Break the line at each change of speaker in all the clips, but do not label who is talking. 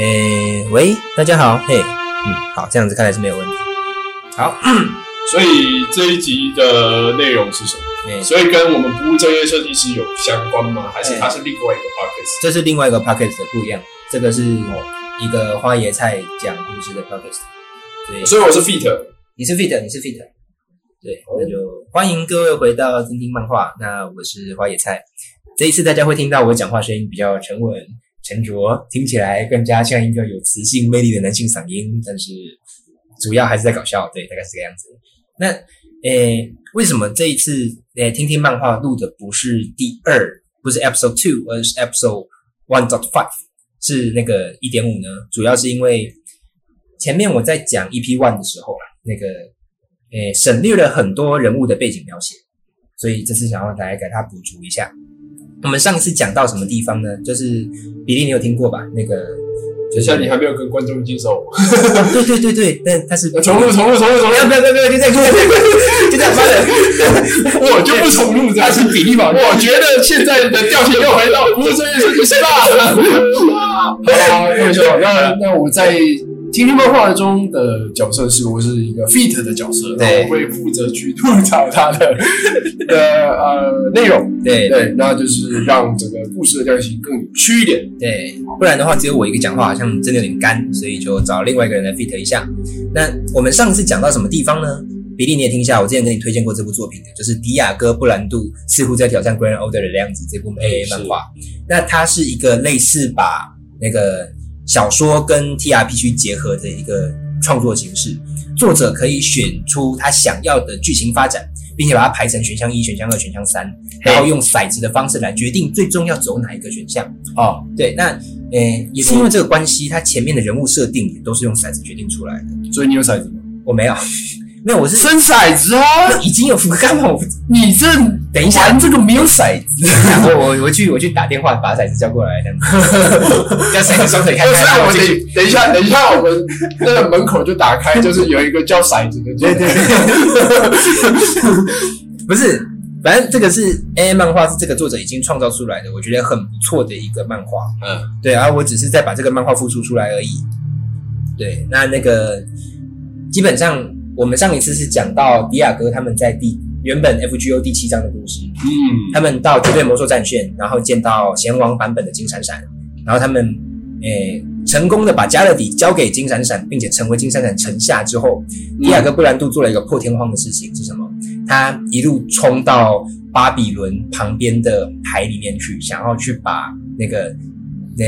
诶，喂，大家好，嘿，嗯，好，这样子看来是没有问题。好，
所以这一集的内容是什么？
诶，
所以跟我们服务专业设计师有相关吗？还是
哎
它是另外一个 podcast？
这是另外一个 podcast 的不一样，这个是一个花椰菜讲故事的 podcast，所以
所以我是 fit，
你是 fit，你是 fit，对，
哦
那就欢迎各位回到听听漫画。那我是花野菜，这一次大家会听到我讲话声音比较沉稳、沉着，听起来更加像一个有磁性魅力的男性嗓音，但是主要还是在搞笑，对，大概是这个样子。那诶，为什么这一次诶听听漫画录的不是第二，不是 episode two，而是 episode one dot five，是那个一点五呢？主要是因为前面我在讲 EP one 的时候啦，那个诶省略了很多人物的背景描写，所以这次想要来给它补足一下。我们上一次讲到什么地方呢？就是比利，你有听过吧？那个就
等一
是
下你还没有跟观众介绍 我，
啊对对对对，但他是
呃重录重录重录重
不要不
录，
要不要不要，就这样，就这样，妈的！
我就不重录，
他是比利宝，
我觉得现在的调性又回到服务专业设计师啦。好，各位小伙那那我在听听漫画中的角色是我是一个 fit 的角色，
对
我会负责去吐槽他的的呃内容，
对对
对，那就是让整个故事的调性更有趣一点。
对，不然的话只有我一个讲话，好像真的有点干，所以就找另外一个人来 fit 一下。那我们上次讲到什么地方呢？比利，你也听一下，我之前跟你推荐过这部作品的，就是迪亚哥布兰度似乎在挑战 Grand Order 的样子这部 AA 漫画。那它是一个类似把那个小说跟 TRPG 结合的一个创作形式，作者可以选出他想要的剧情发展，并且把它排成选项一、选项二、选项三，然后用骰子的方式来决定最终要走哪一个选项。
哦，
对，那诶、也是因为这个关系，它前面的人物设定也都是用骰子决定出来的。
所以你有骰子吗？
我没有， 没有，我是
生骰子啊！
已经有福干嘛？我不
你这
等一下，
这个没有骰子，
我我我去我去打电话把骰子叫过来， 这样子，叫骰子双腿开
哎不是啊
开，
我
进去。
等等一下，等一下，我们那个门口就打开，就是有一个叫骰子的，对对
不是，反正这个是 A 漫画是这个作者已经创造出来的，我觉得很不错的一个漫画。
嗯，
对，而我只是在把这个漫画复述出来而已。对，那那个基本上我们上一次是讲到迪亚哥他们在第原本 FGO 第七章的故事，
嗯，
他们到绝对魔兽战线，然后见到贤王版本的金闪闪，然后他们诶、成功的把加勒比交给金闪闪，并且成为金闪闪城下之后，迪亚哥布兰度做了一个破天荒的事情是什么？他一路冲到巴比伦旁边的海里面去，想要去把那个。那、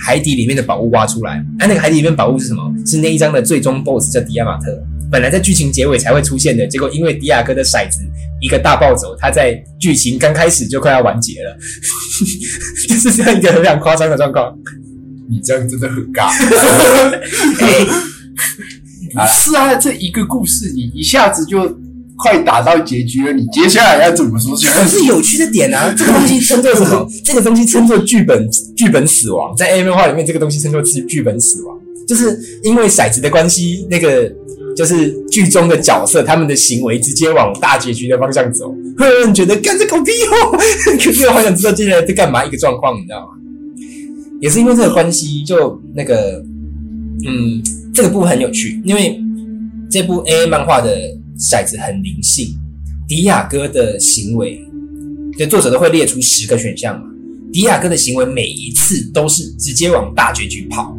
海底里面的宝物挖出来，哎、那个海底里面宝物是什么？是那一章的最终 BOSS 叫迪亚马特，本来在剧情结尾才会出现的，结果因为迪亚哥的骰子一个大暴走，他在剧情刚开始就快要完结了， 就是这样一个非常夸张的状况。
嗯你这样真的很尬。
哎
不是啊，这一个故事你一下子就快打到结局了，你接下来要怎么说下
这是有趣的点啊！这个东西称作什么？这个东西称作剧本剧本死亡，在 A 漫画里面，这个东西称作剧剧本死亡，就是因为骰子的关系，那个就是剧中的角色他们的行为直接往大结局的方向走，会让人觉得干这狗屁哦！ 可是我好想知道接下来在干嘛一个状况，你知道吗？也是因为这个关系，就那个嗯，这个部分很有趣，因为这部 A A 漫画的骰子很灵性。迪亚哥的行为，对作者都会列出十个选项嘛。迪亚哥的行为每一次都是直接往大结局跑，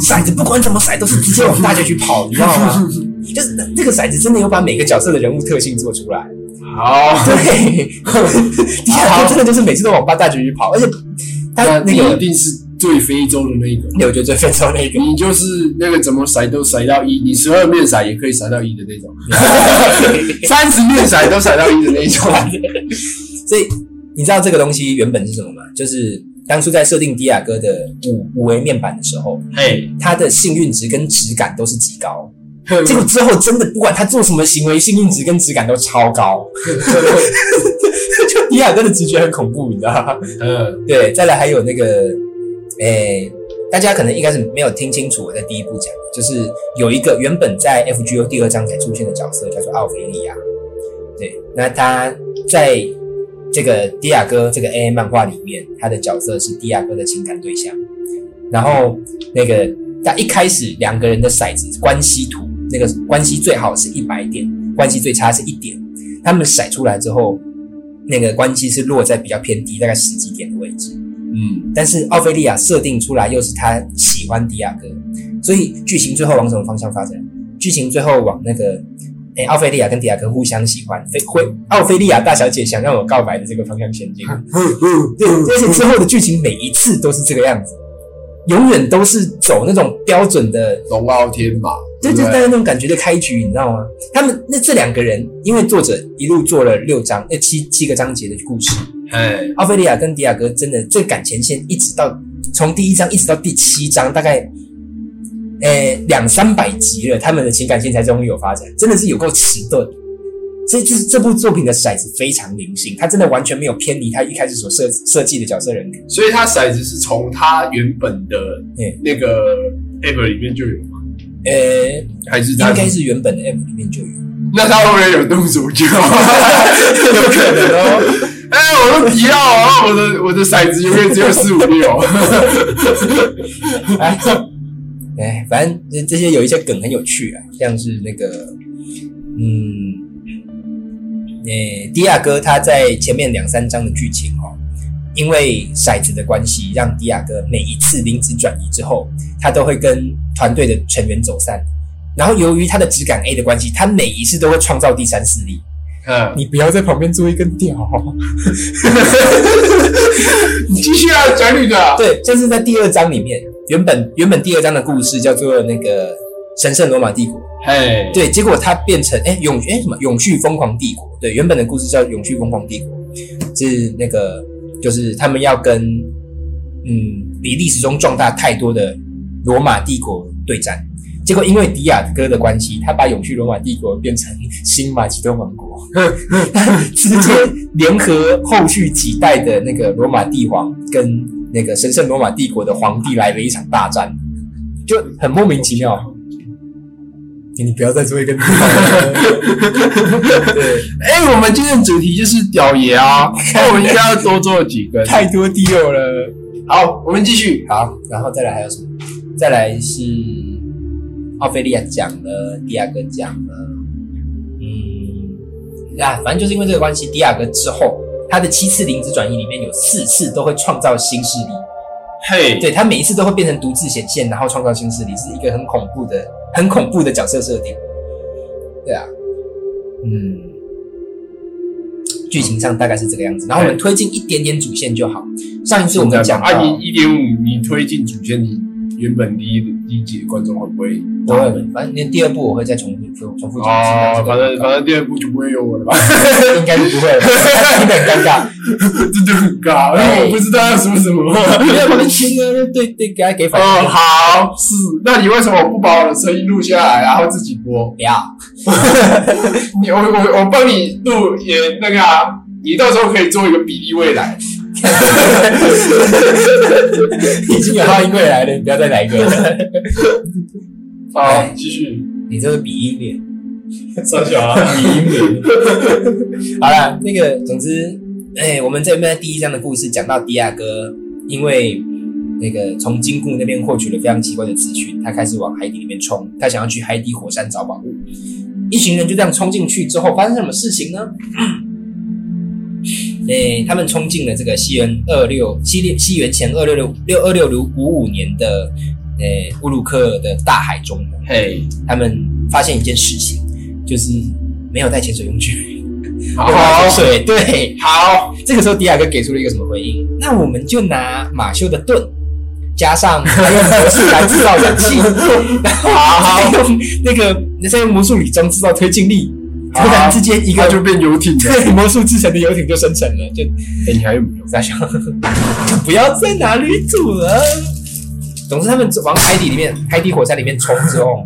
骰子不管怎么骰都是直接往大结局跑，你知道吗？就是这个骰子真的有把每个角色的人物特性做出来。
好，
对， 迪亚哥真的就是每次都往大结局跑，而且他
那
那
你一
个，
定是最非洲的那个，
我觉得最 分手那个，
你就是那个怎么甩都甩到一，你十二面甩也可以甩到一的那种，三十面甩都甩到一的那种。
所以你知道这个东西原本是什么吗？就是当初在设定迪亚哥的五五维面板的时候，
嘿，
他的幸运值跟质感都是极高。结果之后真的不管他做什么行为，幸运值跟质感都超高。 就迪亚哥的直觉很恐怖，你知道吗？
嗯，
对，再来还有那个，诶、大家可能一开始没有听清楚我在第一部讲，就是有一个原本在 FGO 第二章才出现的角色叫做奥菲利亚。对，那他在这个迪亚哥这个 A A 漫画里面，他的角色是迪亚哥的情感对象。然后那个他一开始两个人的骰子关系图，那个关系最好是一百点，关系最差是一点。他们骰出来之后，那个关系是落在比较偏低，大概十几点的位置。
嗯，
但是奥菲利亚设定出来又是他喜欢迪亚哥，所以剧情最后往什么方向发展？剧情最后往那个，哎，奥菲利亚跟迪亚哥互相喜欢，菲会奥菲利亚大小姐想让我告白的这个方向前进。对，而且之后的剧情每一次都是这个样子，永远都是走那种标准的
龙傲天嘛，
对，
不
就是大概那种感觉的开局，你知道吗？他们那这两个人，因为作者一路做了六章，呃七七个章节的故事，
哎，
奥菲利亚跟迪亚哥真的这感情线一直到从第一章一直到第七章，大概呃两三百集了，他们的情感线才终于有发展，真的是有够迟钝。所以这这部作品的骰子非常灵性，它真的完全没有偏离他一开始所设设计的角色人格。
所以他骰子是从他原本的
嗯
那个 app 里面就有吗？
呃，
还是他
应该是原本的 M 里面就有，
那他会不会有动手脚？ 有可能哦。哎，我都提到啊，我的我的骰子永远只有四五六。
哎，哎，反正这这些有一些梗很有趣啊，像是那个，嗯，诶、迪亚哥他在前面两三章的剧情哦，因为骰子的关系，让迪亚哥每一次灵子转移之后，他都会跟团队的成员走散。然后由于他的质感 A 的关系，他每一次都会创造第三势力。
嗯，
你不要在旁边做一根屌、哦。
你继续啊，讲你的啊。
对，就是在第二章里面，原本原本第二章的故事叫做那个神圣罗马帝国。
嘿，
对，结果它变成哎永哎什么永续疯狂帝国？对，原本的故事叫永续疯狂帝国，是那个就是他们要跟嗯比历史中壮大太多的罗马帝国对战。结果因为迪亚哥的关系，他把永续罗马帝国变成新马其顿王国，直接联合后续几代的那个罗马帝王跟那个神圣罗马帝国的皇帝来了一场大战，就很莫名其妙。你不要再做一个
哎、我们今天的主题就是屌 爷啊，那我们应该要多做几根。
太多 deal 了。
好，我们继续。
好，然后再来还有什么？再来是奥菲利亚讲了，迪亚哥讲了，嗯，啊，反正就是因为这个关系，迪亚哥之后他的七次灵子转移里面有四次都会创造新势力，
嘿，
对他每一次都会变成独自显现，然后创造新势力，是一个很恐怖的、很恐怖的角色设定。对啊，嗯，剧情上大概是这个样子，然后我们推进一点点主线就好。上一次我们讲
啊，
到，
你一点五，你推进主线，你原本第一第一集的观众会不会？
不会，反正那第二部我会再重复重重复讲一次
哦，反正
这
反正第二部就不会有我 了吧？
个应该是不会了，真的很尴 尬。
真的很尬，因为我不知道要说什 么。
没有，我听了，对对，给他给反
哦，
应，
好，是，那你为什么不把我的声音录下来，然后自己播？
不要。
你我我我帮你录也那个啊，你到时候可以做一个比例未来。
已经有他一个人来了，你不要再来一个 了。
好，
哎
继续。
你这是鼻音脸，
上小啊，
鼻音脸。好啦，那个，总之，哎、我们这边第一章的故事讲到迪亚哥，因为那个从金库那边获取了非常奇怪的资讯，他开始往海底里面冲，他想要去海底火山找宝物。一行人就这样冲进去之后，发生什么事情呢？ 诶、他们冲进了这个西元二六西历西元前二六六六二六六五五年的诶、乌鲁克的大海中呢，
嘿，
他们发现一件事情，就是没有带潜水用具，
好
没有带潜水。对，
好，
这个时候迪亚哥给出了一个什么回应？那我们就拿马修的盾。加上还用魔术来制造氧气，然后再用 那个再用魔术礼装制造推进力，突然之间一
一个
个
就变游艇 了。
对魔术制成的游艇就生成了，就
哎，你还有没有？
在想，不要再拿女主了。总之，他们往海底里面、海底火山里面冲之后，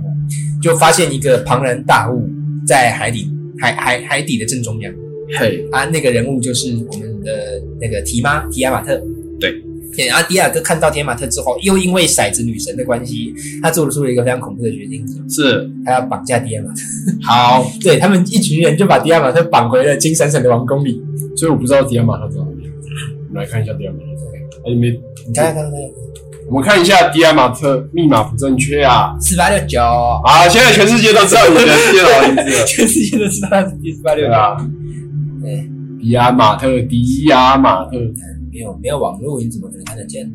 就发现一个庞然大物在海底、海海海底的正中央
嘿，
啊。那个人物就是我们的那个提妈提亚马特。
对
对，然后迪亚哥看到提亚马特之后，又因为骰子女神的关系，他做出了一个非常恐怖的决定，
是
他要绑架迪亚马特。
好，
对他们一群人就把迪亚马特绑回了金闪闪的王宫里。
所以我不知道迪亚马他在哪里。我们来看一下迪亚马他在哪里。哎，你没
你看看看，
我们看一下迪亚马特密码不正确啊！
四八六九，
啊，现在全世界都知道你的电脑名字了，
全世界都知道他是四八六
对
九。
吧？
对，
迪亚马特，迪 亚马特，
没有没有网络，你怎么可能看得见？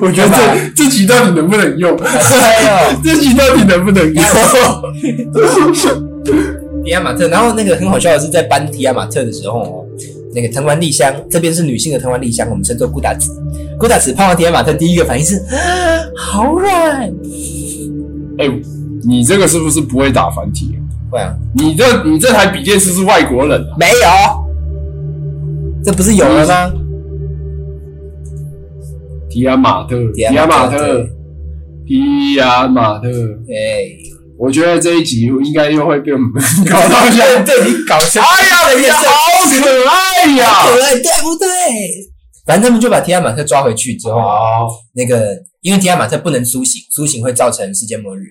我觉得这这集到底能不能用？
哎
这集到底能不能 用？
呦，迪亚马特。然后那个很好笑的是，在搬迪亚马特的时候哦，那个藤丸丽香这边是女性的藤丸丽香，我们称作古达子。古达子碰到迪亚马特，第一个反应是啊，好软。
哎、你这个是不是不会打繁体？
会啊，
你这你这台笔电是不是外国人啊？
没有，这不是有了吗？
迪亚马特，迪
迪亚
亚马
马特
特，迪亚马特。
哎，
我觉得这一集应该又会被我们 搞到下。
哦对你搞笑。
哎呀，你好可爱呀！
可爱，对不对？反正他们就把提亚马特抓回去之后，
好，
那个因为提亚马特不能苏醒，苏醒会造成世界末日，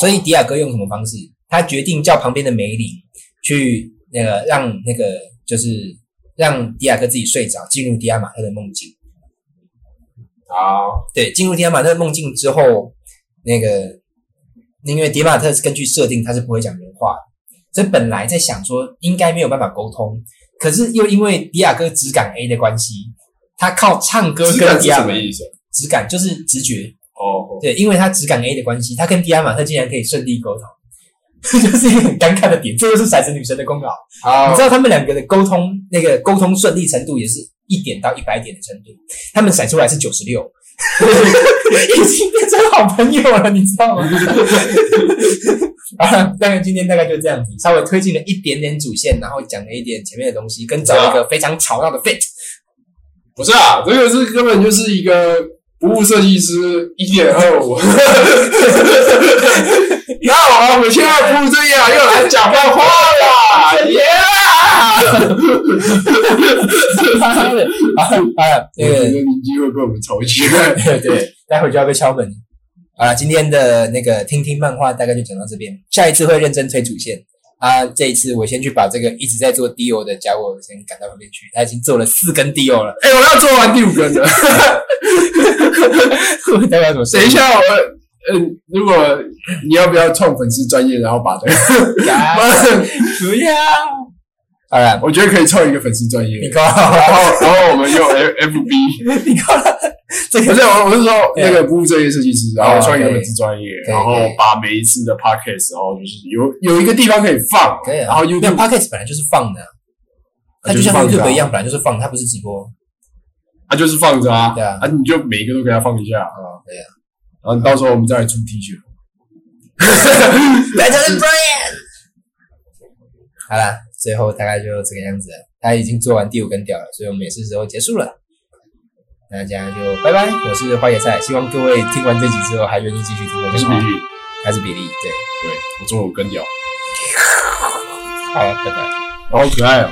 所以迪亚哥用什么方式？他决定叫旁边的梅林去那个让那个就是让迪亚哥自己睡着，进入迪亚马特的梦境。
好，
对，进入迪亚马特的梦境之后，那个因为迪亚马特是根据设定他是不会讲人话的，所以本来在想说应该没有办法沟通，可是又因为迪亚哥只感 A 的关系，他靠唱歌
这
跟
个
迪
是
亚
什
马
么意思？啊
只感就是直觉，
哦，
对，因为他只感 A 的关系，他跟迪亚马特竟然可以顺利沟通。 这就是一个很尴尬的点，这就是骰子女神的功劳。
好
你知，道他们两个的沟通那个沟通顺利程度也是一点到一百点的程度，他们甩出来是九十六， 已经变成好朋友了，你知道吗？ 啊，大概今天大概就这样子，稍微推进了一点点主线，然后讲了一点前面的东西，跟找一个非常吵闹的 fit。
不是啊，这个是根本就是一个服务设计师一点二五。 那好了，我们现在服务这样又来讲坏话了，耶！
啊啊，
我觉得
对
邻居会被我们吵起
对 对，待会就要被敲门。啊，今天的那个听听漫画大概就讲到这边，下一次会认真推主线。啊，这一次我先去把这个一直在做 DO 的家伙先赶到旁边去，他已经做了四根 DO 了，
哎、我要做完第五根了。
我大概怎么说
等一，下，我嗯，如果你要不要创粉丝专业，然后把这个，
不要。好了，
我觉得可以创一个粉丝专业
你，搞，
然后然后我们用 F F B，
你搞了，这
不
个
是我我是说
哎
那个服务专业设计师，然后创一个粉丝专业，
可以
然后把每一次的 podcast，然后就是有有一个地方可以放，
可以啊
然后
那
YouTube
podcast 本来就是放的啊，它就像 YouTube 一样，本来就是放，它不是直播。
它就是放着啊，
对啊
你就每一个都给它放一下，
哦，对呀，
然后到时候我们再来出 T 恤。
来就是 Brian。好啦，最后大概就这个样子了。他已经做完第五根屌了，所以我们也是时候结束了。大家就拜拜，我是花野菜，希望各位听完这集之后还愿意继续听我
我
就是好
比。利，
还是比例，对，
对我做了五根屌，
好，拜拜。
好可爱哦。